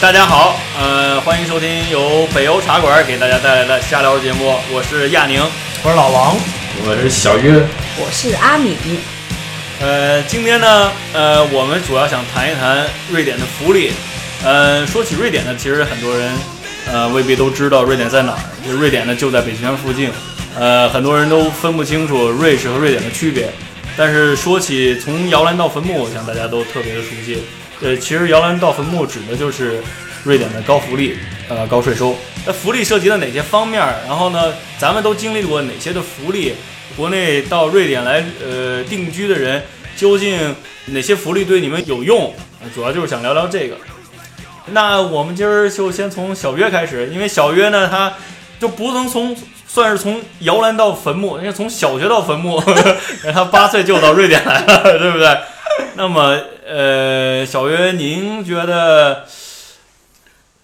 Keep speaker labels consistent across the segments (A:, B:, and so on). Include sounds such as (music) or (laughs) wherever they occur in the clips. A: 大家好，呃，欢迎收听由北欧茶馆给大家带来的瞎聊节目，我是亚宁，
B: 我是老王，
C: 我是小月，
D: 我是阿米。
A: 呃，今天呢，呃，我们主要想谈一谈瑞典的福利。呃，说起瑞典呢，其实很多人呃未必都知道瑞典在哪儿，就瑞典呢就在北极圈附近，呃，很多人都分不清楚瑞士和瑞典的区别。但是说起从摇篮到坟墓，我想大家都特别的熟悉。呃，其实摇篮到坟墓指的就是瑞典的高福利，呃，高税收。那福利涉及了哪些方面儿？然后呢，咱们都经历过哪些的福利？国内到瑞典来呃定居的人，呃究竟哪些福利对你们有用？呃主要就是想聊聊这个。那我们今儿就先从小约开始，因为小约呢，他就不能从算是从摇篮到坟墓，因为从小学到坟墓， (laughs) 他八岁就到瑞典来了，对不对？那么，呃，小约，您觉得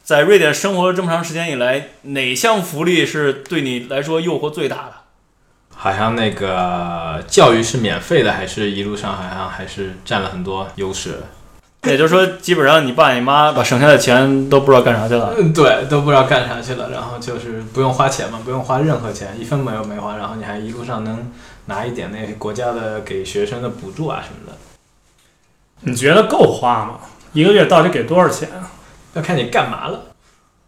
A: 在瑞典生活了这么长时间以来，哪项福利是对你来说诱惑最大的？
C: 好像那个教育是免费的，还是一路上好像还是占了很多优势。
A: (laughs) 也就是说，基本上你爸你妈把省下的钱都不知道干啥去了。
C: 嗯，对，都不知道干啥去了，然后就是不用花钱嘛，不用花任何钱，一分没有没花，然后你还一路上能拿一点那国家的给学生的补助啊什么的，
B: 你觉得够花吗？一个月到底给多少钱？
C: 要看你干嘛了。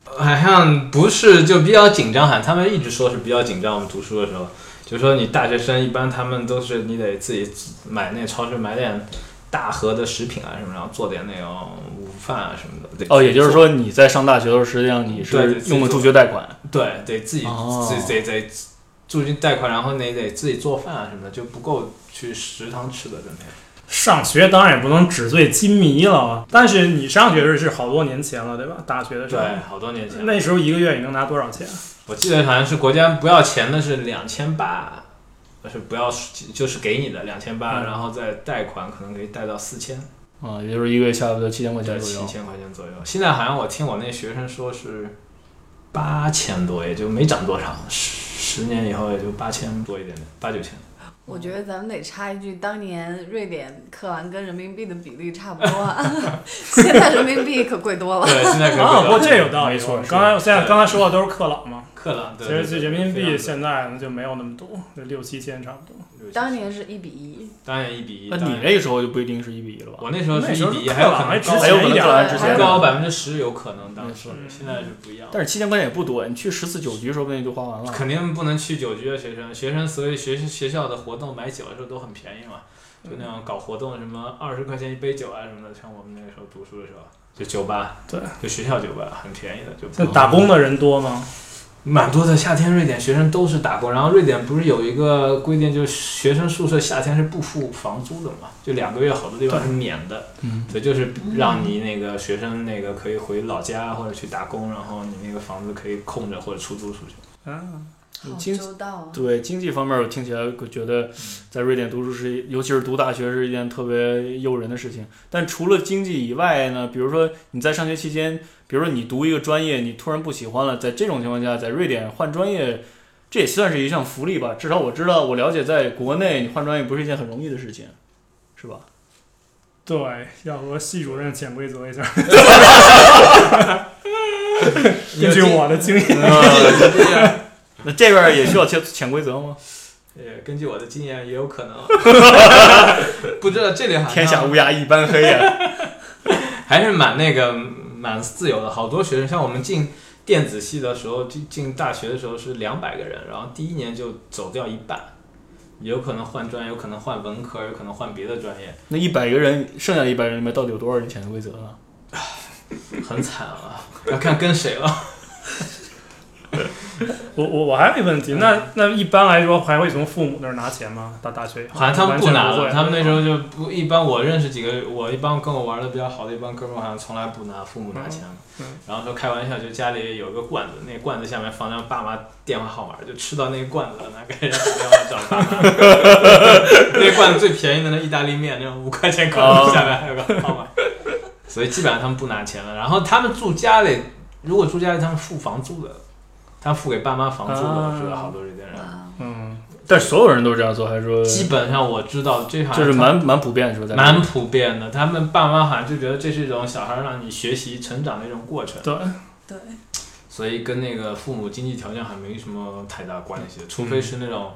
C: 好像不是就比较紧张，好像他们一直说是比较紧张。我们读书的时候，就说你大学生一般他们都是你得自己买那超市买点大盒的食品啊什么，然后做点那种午饭啊什么的。得
A: 哦，也就是说，你在上大学的时候，实际上你
C: 对
A: 是
C: 对自己
A: 用的
C: 做
A: 助学贷款。
C: 对，得自己、
A: 哦
C: 自己得得住进贷款，然后你得自己做饭啊什么的，就不够去食堂吃的，真的。
B: 上学当然也不能纸醉金迷了，但是你上学的时候是好多年前了，对吧？大学的时候，
C: 对，好多年前，
B: 那时候一个月你能拿多少钱？
C: 我记得好像是国家不要钱的是两千八，呃是不要就是给你的两千八，
B: 嗯
C: 然后再贷款可能可以贷到四千，
A: 啊、也就是一个月下来就七千块
C: 对，
A: 钱左
C: 七
A: 右。
C: 千块钱左右。现在好像我听我那学生说是八千多，也就没涨多少，十十年以后也就八千多一点点，八九千。
D: 我觉得咱们得插一句，当年瑞典克朗跟人民币的比例差不多啊，
B: (laughs)
D: 现在人民币可贵多了。
C: 对，现在可以
B: 啊，不过这有道
C: 没
B: 理。
C: 错
B: 我
C: 是
B: 刚才我现在
C: 对
B: 刚才说的都是克朗嘛，
C: 克朗，
B: 其
C: 对
B: 实这人民币
C: 对
B: 现在呢就没有那么多，就六七千差不多。
C: 非常多
D: 当年是一比一，
C: 当然一比一，
A: 那
C: 当
A: 你
C: 然
A: 那时候就不一定是一比一了吧？
C: 我那时候
B: 那
C: 是
B: 时
C: 一
B: 候
C: 比一，
B: 是
C: 还有
B: 克
C: 可
B: 朗还
C: 能
B: 值
C: 高
A: 还有可
B: 钱一
A: 能
B: 点
A: 克朗
B: 儿，
A: 之
D: 前
A: 前
C: 高百分之十有可能，当时
B: 嗯
C: 现在是不一样的。
A: 但是七千块钱也不多，你去十次酒局说不定就花完了。
C: 肯定不能去酒局的啊学生，学生所以学学校的活动买酒的时候都很便宜嘛，就那种搞活动什么二十块钱一杯酒啊什么的，像我们那个时候读书的时候，就酒吧，
B: 对，
C: 就学校酒吧很便宜的，就不
B: 那打工的人多吗？
C: 蛮多的。夏天瑞典学生都是打工，然后瑞典不是有一个规定，就是学生宿舍夏天是不付房租的嘛，就两个月好多地方是免的，
A: 嗯，
C: 所以就是让你那个学生那个可以回老家或者去打工，然后你那个房子可以空着或者出租出去。
B: 啊，
A: 你
D: 好
A: 经
D: 周到啊！
A: 对经济方面，我听起来我觉得在瑞典读书是一，尤其是读大学是一件特别诱人的事情。但除了经济以外呢，比如说你在上学期间，比如说你读一个专业，你突然不喜欢了，在这种情况下，在瑞典换专业，这也算是一项福利吧。至少我知道，我了解，在国内你换专业不是一件很容易的事情，是吧？
B: 对，要和系主任潜规则一下，
C: 有
B: 根据
C: 经 (laughs)
B: 我的经验。
A: 那这边儿也需要潜潜规则吗？
C: 呃，根据我的经验，也有
A: (laughs)
C: 可能，不知道这里好像
A: 天下乌鸦一般黑啊呀。
C: 还是蛮那个蛮自由的。好多学生，像我们进电子系的时候，进进大学的时候是两百个人，然后第一年就走掉一半，有可能换专业，有可能换文科，有可能换别的专业，
A: 那一百个人，剩下的一百人里面到底有多少人潜规则啊呢？
C: 很惨啊！要看跟谁了。
B: 我我我还有一个问题，那那一般来说还会从父母那儿拿钱吗？到大学以后
C: 好像他们不拿
B: 完全
C: 了，
B: 会嗯
C: 他们那时候就不一般。我认识几个，我一般跟我玩的比较好的一帮哥们儿，好像从来不拿父母拿钱。
B: 嗯
C: 然后说开玩笑，就家里有个罐子，那罐子下面放张爸妈电话号码，就吃到那个罐子了，拿给人打电话找爸妈。 (laughs) 那罐子最便宜的那意大利面，那种五块
B: (laughs)
C: 钱
B: 哦
C: 罐子下面还有个号码，所以基本上他们不拿钱了。然后他们住家里，如果住家里，他们付房租的，他付给爸妈房租的，
B: 啊
C: 我知道好多这些人。
D: 哇
B: 嗯，
A: 但是所有人都这样做，还是说
C: 基本上我知道这行
A: 就是蛮蛮普遍的，是吧？在
C: 蛮普遍的，他们爸妈好像就觉得这是一种小孩儿让你学习成长的一种过程，
B: 对，
D: 对，
C: 所以跟那个父母经济条件还没什么太大关系，嗯除非是那种。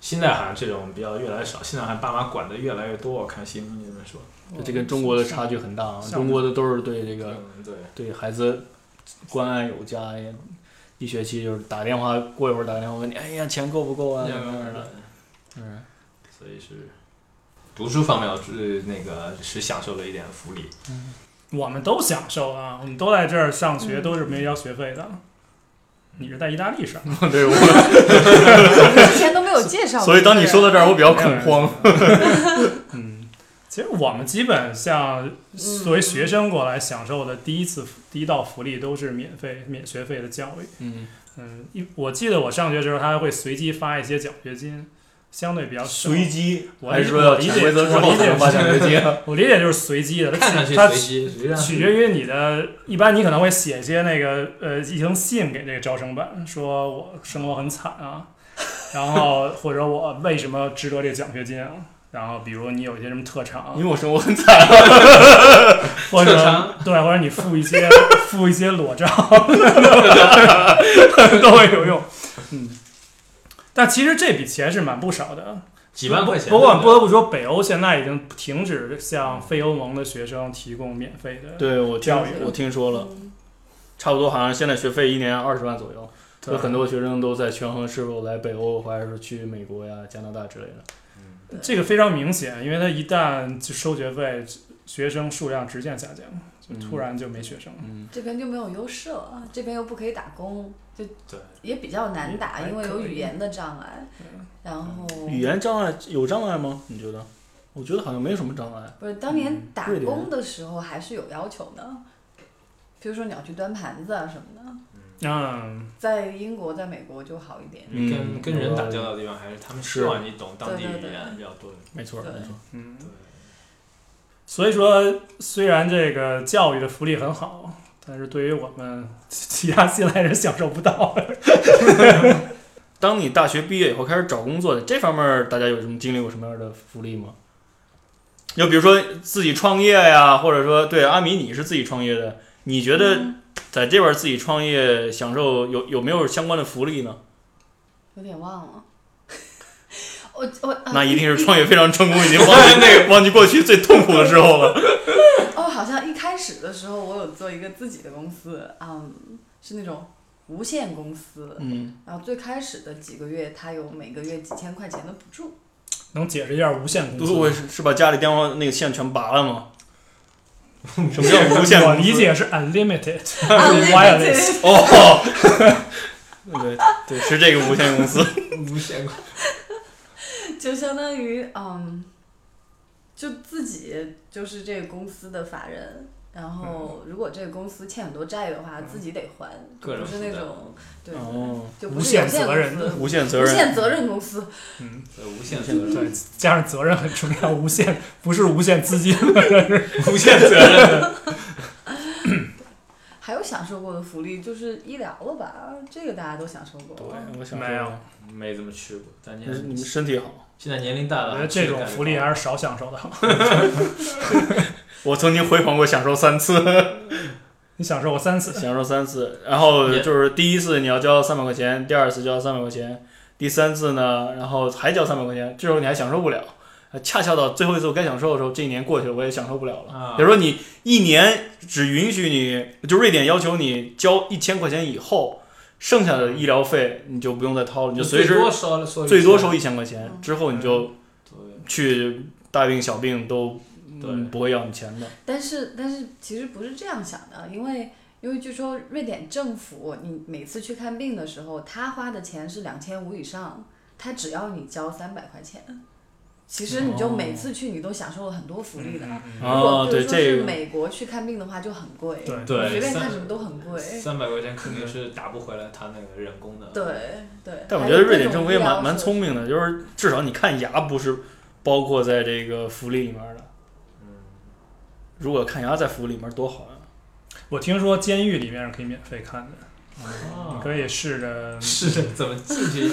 C: 现在好像这种比较越来越少，现在好像爸妈管的越来越多。我看新闻里面说，
A: 这跟中国的差距很大啊！
B: 像
A: 中国的都是对这个
C: 嗯，对，
A: 对孩子关爱有加，也一学期就是打电话，过一会儿打电话问你，哎呀，钱够不够啊？
C: 那
A: 怎么样
C: 个
A: 的，嗯，
C: 所以嗯是读书方面，我是呃那个是享受了一点福利，
A: (laughs)
B: 我们都享受啊，我们都在这儿上学，
D: 嗯
B: 都是没交学费的。你是在意大利上，
A: 对我，
D: 之前都没有介绍过。
A: 所以当你说到这儿，我比较恐慌。
B: (laughs) 嗯，其实我们基本像作为学生过来享受的第一次第一道福利都是免费免学费的教育。
A: 嗯，
B: 嗯，一我记得我上学的时候，他还会随机发一些奖学金，相对比较少
A: 随。机
B: 我
A: 还是说要
B: 理
A: 潜
B: 解
A: 规则之
B: 我
A: 后
B: 理
A: 才
B: 解
A: 能发奖学金？
B: 我理解就是随机的，它
C: 看上
B: 取
C: 去
B: 它
C: 随机，实际上
B: 取决于你的，一般你可能会写一些那个呃一封信给这个招生办，说我生活很惨啊，
C: (laughs)
B: 然后或者我为什么值得这个奖学金啊，然后比如你有一些什么特长
A: 因，为我生活很惨，
B: 或
C: 特
B: 者
C: 长
B: 对，或者你附
C: (laughs)
B: 一些附一些裸照， (laughs) 都会有用。嗯，但其实这笔钱是蛮不少的，
C: 几万块钱。
B: 不过
C: 对
B: 不得不说，北欧现在已经停止向非欧盟的学生提供免费的
A: 对我听
B: 教育
A: 我听说了，
D: 嗯
A: 差不多好像现在学费一年二十万左右，
B: 对
A: 有很多学生都在权衡是否来北欧，还是去美国呀、加拿大之类的。
C: 嗯
B: 这个非常明显，因为他一旦就收学费，学生数量直线下降，就突然就没学生了。
A: 嗯，
D: 这边就没有优势了，啊这边又不可以打工，就
C: 对
D: 也比较难打，
B: 也还
D: 因为有
B: 可以
D: 语言的障碍。然后
A: 语言障碍有障碍吗？你觉得？我觉得好像没什么障碍。
D: 不是当年打
A: 瑞典
D: 工的时候还是有要求的，比如说你要去端盘子啊什么的。
B: 嗯，
D: 在英国、在美国就好一点。
A: 嗯
C: 跟跟人打交道的地方，还是他们希望你懂当地
D: 对
C: 语
D: 对对
C: 言比较多。
A: 没错，
D: 对
A: 没错。
B: 嗯
C: 对，
B: 所以说虽然这个教育的福利很好，但是对于我们 (laughs) 其他新来人享受不到。
A: 当你大学毕业以后开始找工作，这方面大家有什么经历过什么样的福利吗？就比如说自己创业呀，或者说对阿米，你是自己创业的，你觉得
D: 嗯
A: 在这边自己创业享受有有没有相关的福利呢？
D: 有点忘了， (laughs) 我我啊
A: 那一定是创业非常成功，已
D: (laughs)
A: 经忘记那个忘记过去最痛苦的时候了。
D: 哦，好像一开始的时候我有做一个自己的公司，嗯，是那种无限公司，
A: 嗯，
D: 然后最开始的几个月，它有每个月几千块钱的补助，
B: 能解释一下无限
A: 不
B: 工
A: 是
B: 作？
A: 我是是把家里电话那个线全拔了吗？什么叫无限
B: 我
A: 公司？
B: 理解是 unlimited (laughs)
D: 啊
B: wireless，
A: 哦， (laughs) 对对，是这个无限公司。
C: 无限快。
D: 就相当于嗯，就自己就是这个公司的法人，然后如果这个公司欠很多债的话，自己得还，
C: 个人
D: 不是那
C: 负担
D: 种对，
A: 哦，
D: 就
B: 无
D: 不是
B: 限
D: 有限
B: 责
D: 公
B: 任
D: 司
B: 的
A: (laughs) 无限责
D: 无
A: 任。
D: 限责任公司，
B: 嗯，
C: 对，无限责任，
B: 对，加上责任很重要，无限不是无限资金，
A: (laughs)
C: 无限责任。
D: 还有享受过的福利就是医疗了吧，这个大家都享受过。
A: 对，我想
B: 没有
C: 没怎么去过，但
A: 你
C: 你
A: 们身体好。
C: 现在年龄大
B: 我
A: 啊
C: 了，
B: 觉得这种福利
C: 还
B: 还是少享受的好。
A: 我曾经回访过，享受三次，
B: 你享受过三次，
A: (laughs) 享受三次。然后就是第一次你要交三百块钱，第二次交三百块钱，第三次呢，然后还交三百块钱，这时候你还享受不了。呃恰恰到最后一次我该享受的时候，这一年过去了，我也享受不了了。
C: 啊
A: 比如说你一年只允许你，就瑞典要求你交一千块钱以后，剩下的医疗费你就不用再掏了，你就随时
C: 最多收了收一
A: 最多
C: 千
A: 收一千块钱，
D: 嗯
A: 之后你就
C: 对
A: 去大病小病都嗯
C: 对
A: 不会要你钱的。
D: 但是但是其实不是这样想的，因为因为据说瑞典政府，你每次去看病的时候，他花的钱是两千五以上，他只要你交三百块钱，其实你就
A: 哦
D: 每次去你都享受了很多福利的。如
A: 啊，
D: 果比
A: 对
D: 如说是
A: 这个，
D: 美国去看病的话就很贵，
B: 对
C: 对
D: 随便
C: 三
D: 看什么都很贵。
C: 三百块钱肯定是打不回来他那个人工的。
D: 对对。
A: 但我
D: 还
A: 觉得
D: 有
A: 瑞
D: 各
A: 典
D: 种
A: 政府也
D: 医疗
A: 蛮蛮
D: 设
A: 聪明的，就是至少你看牙不是包括在这个福利里面的。如果看牙在福利里面多好啊呀！
B: 我听说监狱里面是可以免费看
C: (laughs)
B: 的，
C: 啊，
B: 可以试着
C: 是怎么进去？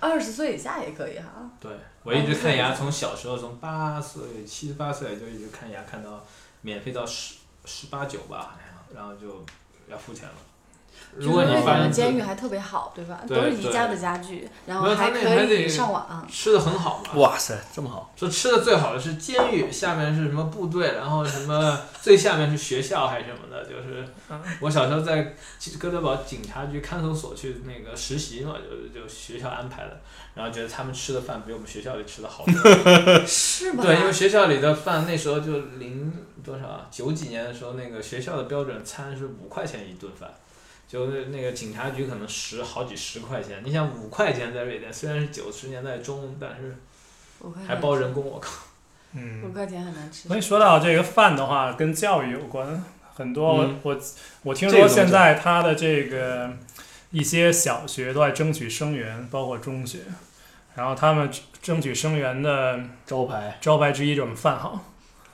D: 二十岁以下也可以哈。
C: 对我一直看牙，从小时候从八岁七八岁就一直看牙，看到免费到十十八九吧，好像，然后就要付钱了。如果你
D: 就是瑞
C: 发
D: 典的
C: 现
D: 监狱还特别好，对吧？
C: 对
D: 都是宜家的家具，然
C: 没
D: 后
C: 有他那
D: 可
C: 还
D: 以
C: 得
D: 上网。
C: 吃的很好嘛，
A: 哇塞，这么好，
C: 说吃的最好的是监狱，下面是什么部队，然后什么最下面是学校还是什么的，就是
B: 嗯
C: 我小时候在哥德堡警察局看守所去那个实习嘛，就是就学校安排的，然后觉得他们吃的饭比我们学校里吃的好多。
D: 是吧？
C: 对，因为学校里的饭那时候就零多少啊，九几年的时候，那个学校的标准餐是五块钱一顿饭，就是那个警察局可能十好几十块钱。你想五块钱在瑞典，虽然是九十年代中，但是
D: 五块
C: 还
D: 钱，
C: 包人工，我靠！
B: 嗯
D: 五块钱很难吃
B: 所。以说到这个饭的话，跟教育有关，很多、
C: 嗯
B: 我我听
C: 这个
B: 说
C: 怎么
B: 现在他的这个一些小学都在争取生源，包括中学，然后他们争取生源的
A: 招牌，
B: 招牌之一就是我们饭好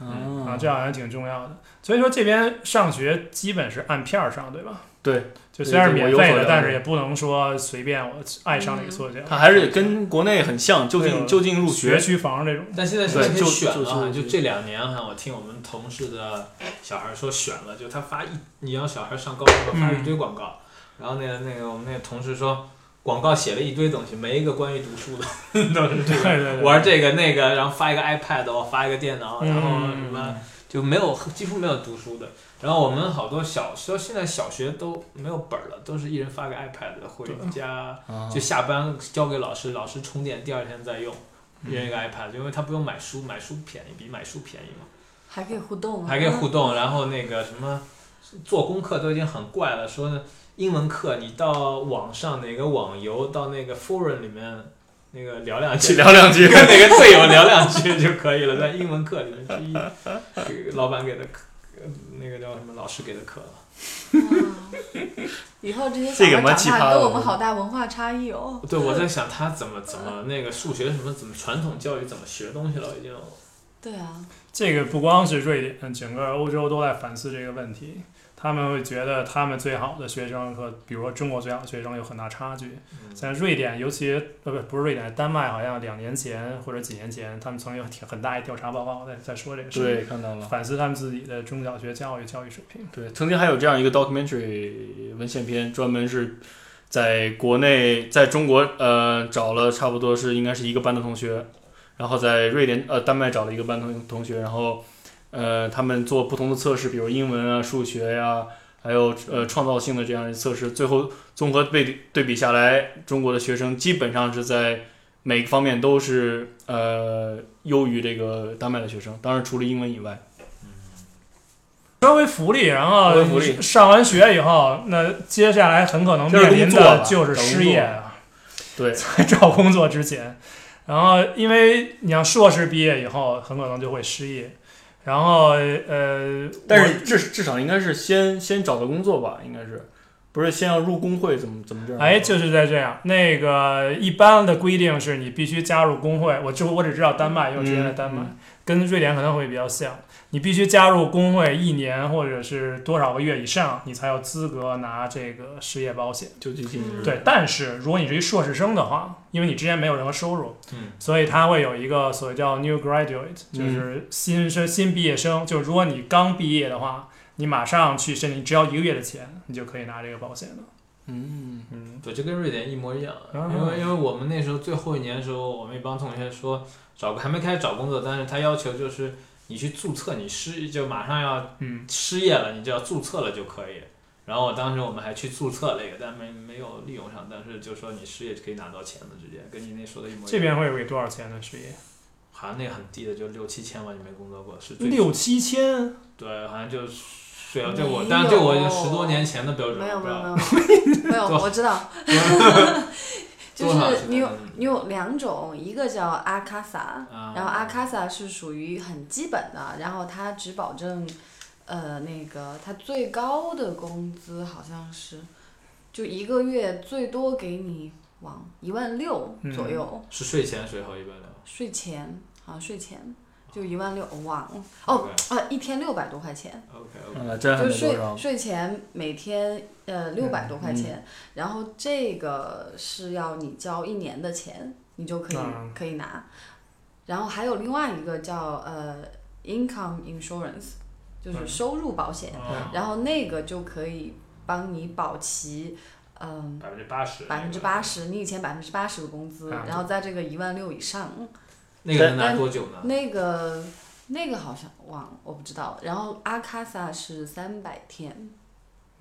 C: 嗯
B: 啊，这样还挺重要的。所以说这边上学基本是按片儿上，对吧？
A: 对，
B: 就虽然是
A: 对对
B: 免
A: 我有
B: 费
A: 所
B: 的，
A: 了
B: 但是
A: 解
B: 也不能说随便我爱上哪个所学，
A: 它还是跟国内很像，就
B: 对
A: 近就近入
B: 学
A: 学，
B: 区房这种。
C: 但现在现在可
A: 对
C: 以
A: 就
C: 选了
A: 就
C: 哈，
A: 是
C: 就这两年哈，我听我们同事的小孩说选了，就他发一，你要小孩上高中的时候发一堆广告，然后那个那个我们那个同事说。广告写了一堆东西，没一个关于读书的，都是这
B: 对
C: 个。
B: 对对，
C: 玩这个那个，然后发一个 iPad，我发一个电脑，然后
B: 嗯
C: 什么就没有几乎没有读书的。然后我们好多小说现在小学都没有本儿了，都是一人发个 iPad 回家，
A: 啊
C: 就下班交给老师，老师充电，第二天再用。一人一个 iPad，因为他不用买书，买书便宜，比买书便宜嘛，
D: 还可以互动啊，
C: 还可以互动。然后那个什么，做功课都已经很怪了，说英文课你到网上哪个网游到那个 forum 里面那个聊两句
A: 去，聊两句
C: 跟哪个队友聊两句就可以了，在英文课里面之一，这个老板给的课，那个叫什么老师给的课，
D: 啊。以后这些
A: 这
D: 小
A: 个
D: 孩
A: 蛮
D: 长
A: 奇葩
D: 大
A: 的
D: 跟我们好大文化差异哦。
C: 对我在想他怎么怎么那个数学什么怎么传统教育怎么学东西了已经，
D: 对啊，
B: 这个不光是瑞典，整个欧洲都在反思这个问题。他们会觉得他们最好的学生和，比如说中国最好的学生有很大差距。
C: 嗯
B: 像瑞典，尤其呃不不是瑞典，丹麦好像两年前或者几年前，他们曾经有挺很大一调查报告在在说这个事，
A: (laughs) 对，看到了。
B: 反思他们自己的中小学教育教育水平。
A: 对，曾经还有这样一个 documentary 文献片，专门是在国内，在中国呃找了差不多是应该是一个班的同学，然后在瑞典呃丹麦找了一个班同同学，然后呃他们做不同的测试，比如英文啊、数学呀、还有呃创造性的这样的测试，最后综合对比对比下来，中国的学生基本上是在每个方面都是呃优于这个丹麦的学生，当然除了英文以外。
B: 稍微福利，然后
A: 稍微福利
B: 上完学以后，那接下来很可能面临
A: 就是工作
B: 的
A: 吧
B: 就是失业啊。
A: 对
B: 在 (laughs) 找工作之前，然后因为你像硕士毕业以后，很可能就会失业，然后呃，
A: 但是至至少应该是先先找到工作吧，应该是，不是先要入工会怎么怎么这
B: 我
A: 样？
B: 哎，就是在这样，那个一般的规定是你必须加入工会，我只我只知道丹麦，因为我之前在丹麦，
A: 嗯
B: 跟瑞典可能会比较像，你必须加入工会一年或者是多少个月以上，你才有资格拿这个失业保险。
A: 就最近
D: 嗯
B: 对，但是如果你是一硕士生的话，因为你之前没有任何收入，
C: 嗯，
B: 所以他会有一个所谓叫 new graduate，
A: 嗯
B: 就是新生、新毕业生。就是如果你刚毕业的话，你马上去申请，只要一个月的钱，你就可以拿这个保险了。
A: 嗯，
B: 嗯，
C: 对，这跟瑞典一模一样，
B: 啊
C: 因为因为我们那时候最后一年的时候，我们一帮同学说找还没开始找工作，但是他要求就是你去注册，你失就马上要
B: 嗯，
C: 失业了，你只要注册了就可以。然后我当时我们还去注册了一个，但没没有利用上，但是就说你失业就可以拿到钱了，直接跟你那说的一模一
B: 这
C: 样。
B: 边会有给多少钱的失业？
C: 好像那个很低的，就六七千吧，你没工作过是最
A: 嗯
B: 六七千，
C: 对，好像就是对啊，
D: 没
C: 对我
D: 有，
C: 但是对我已经十多年前的标准了，
D: 没有
C: 不
D: 没
C: 知道
D: 有
C: (laughs)
D: 没有没有，
C: 多
D: 我知
C: (laughs)
D: 道， (laughs) 就
C: 多少
D: 是
C: 钱
D: 你有
C: 嗯
D: 你有两种，一个叫阿卡萨，
C: 啊
D: 然后阿卡萨是属于很基本的，然后它只保证，呃，那个它最高的工资好像是，就一个月最多给你往一万六左右，啊
C: 是税前税后一百六，
D: 税前好像税前，就一万六，我忘了哦，啊，一天六百多块钱，
C: OK
A: 嗯，
C: OK，
A: 这还
D: 就
A: 没多
D: 税
A: 少。
D: 税前每天呃六百多
B: 嗯
D: 块钱，然后这个是要你交一年的钱，你就可以、
B: 嗯
D: 可以拿。然后还有另外一个叫呃 income insurance，就是
B: 嗯
D: 收入保险，
B: 啊
D: 然后那个就可以帮你保齐，嗯、
C: 百分之八十，
D: 百分之八，十，你以前百分之八十的工资，
B: 啊
D: 然后在这个一万六以上，
C: 那个能拿多久呢？
D: 那个那个好像忘了，我不知道。然后阿卡萨是三百天，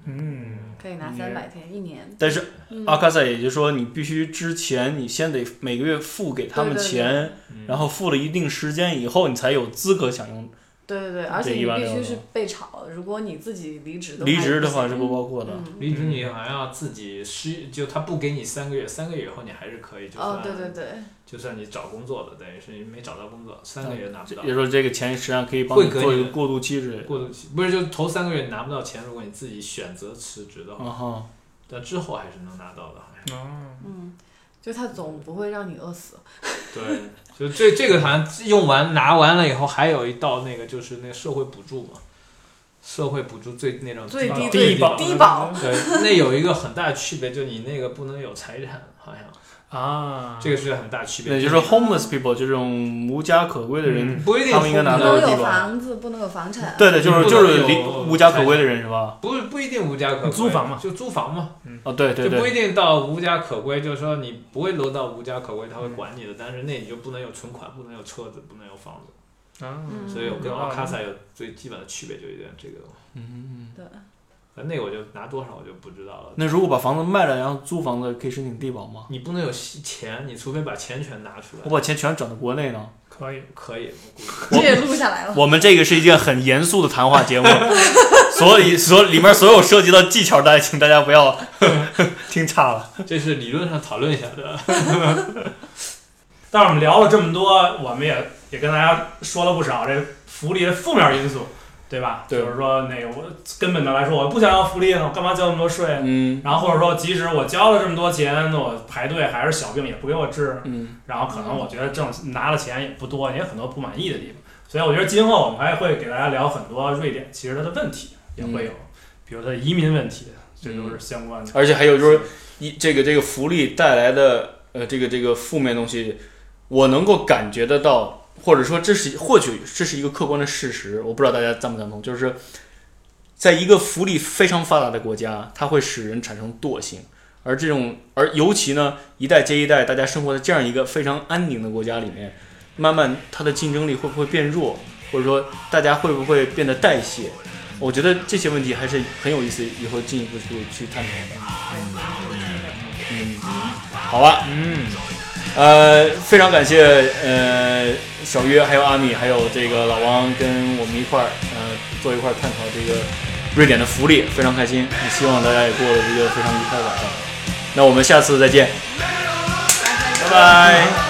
B: 嗯，
D: 可以拿
B: 一年
D: 三百天一年。
A: 但是
D: 嗯，
A: 阿卡萨也就是说，你必须之前你先得每个月付给他们
D: 对对对
A: 钱，
C: 嗯
A: 然后付了一定时间以后，你才有资格享用。
D: 对对对，而且
A: 这
D: 你
A: 16000
D: 必须是被炒，如果你自己离职的话，
A: 离职的话
D: 不
A: 是
D: 行
A: 不包括的。
D: 嗯，
C: 离职你好像要自己失，就他不给你三个月，三个月以后你还是可以，就算、
D: 哦，对对对，
C: 就算你找工作了，等于是你没找到工作，三个月拿不到
A: 也就是说，这个钱实际上可以帮
C: 会
A: 你
C: 可以
A: 做一
C: 的
A: 个过渡期之类的。
C: 过渡期，不是就头三个月拿不到钱，如果你自己选择辞职的话，
A: 啊哈，
C: 但之后还是能拿到的，好像。
B: 哦，
D: 嗯，就他总不会让你饿死。
C: 对，就这这个好像用完拿完了以后，还有一道那个就是那个社会补助嘛，社会补助最那种
D: 最
C: 低
D: 低
C: 最
B: 低保
D: 低
B: (laughs)
D: 保
C: 对，那有一个很大的区别，就你那个不能有财产，好像
B: 啊，
C: 这个是嗯很大区别。
A: 也就是说，homeless people 这种无家可归的人，
C: 不一定
A: 他们应该拿
D: 不
A: 到
D: 能
A: 低
D: 有
A: 保
D: 房子，不能有房产。
A: 对对，就是
C: 不
A: 就
C: 能
A: 是
C: 有
A: 离无家可归的人是吧？
C: 不是不一定无家可归，
B: 租房嘛
C: 就租房嘛，
A: 哦，对对
C: 就不
A: 对，
C: 一定到无家可归，就是说你不会落到无家可归，他会管你的，但是那你就不能有存款，不能有车子，不能有房子，
B: 啊，
D: 嗯
C: 所以我跟
B: 嗯
C: 奥卡萨有最基本的区别就一点这个东西。
A: 嗯。
D: 对，
C: 反正那个我就拿多少我就不知道了。
A: 那如果把房子卖了，然后租房子，可以申请低保吗？
C: 你不能有钱，你除非把钱全拿出
A: 我
C: 来。
A: 把钱全转到国内呢？
B: 可以，
C: 可以，我估计。
D: 这也录下来了。
A: 我们这个是一件很严肃的谈话节目，所以所里面所有涉及到技巧，大家请大家不要 (laughs) 听差了。
C: 这是理论上讨论一下的。
B: 但是我们聊了这么多，我们也也跟大家说了不少这福利的负面因素，对吧？
A: 对
B: 就是说那个我根本的来说，我不想要福利，我干嘛交那么多税？啊
A: 嗯
B: 然后或者说，即使我交了这么多钱，那我排队还是小病也不给我治，
A: 嗯，
B: 然后可能我觉得挣拿了钱也不多，也有很多不满意的地方。所以我觉得今后我们还会给大家聊很多瑞典其实它的问题也会有，比如它的移民问题，这都是相关的。
A: 嗯而且还有就是一这个这个福利带来的呃这个这个负面东西，我能够感觉得到，或者说这是或许这是一个客观的事实，我不知道大家赞不赞同，就是在一个福利非常发达的国家，它会使人产生惰性。而这种，而尤其呢，一代接一代，大家生活在这样一个非常安宁的国家里面，慢慢它的竞争力会不会变弱，或者说大家会不会变得代谢？我觉得这些问题还是很有意思，以后进一步去去探讨的。嗯，好吧，
B: 嗯，
A: 呃，非常感谢呃小约还有阿米还有这个老王跟我们一块儿呃坐一块儿探讨这个瑞典的福利，非常开心，也希望大家也过了一个非常愉快的晚上。那我们下次再见，拜拜。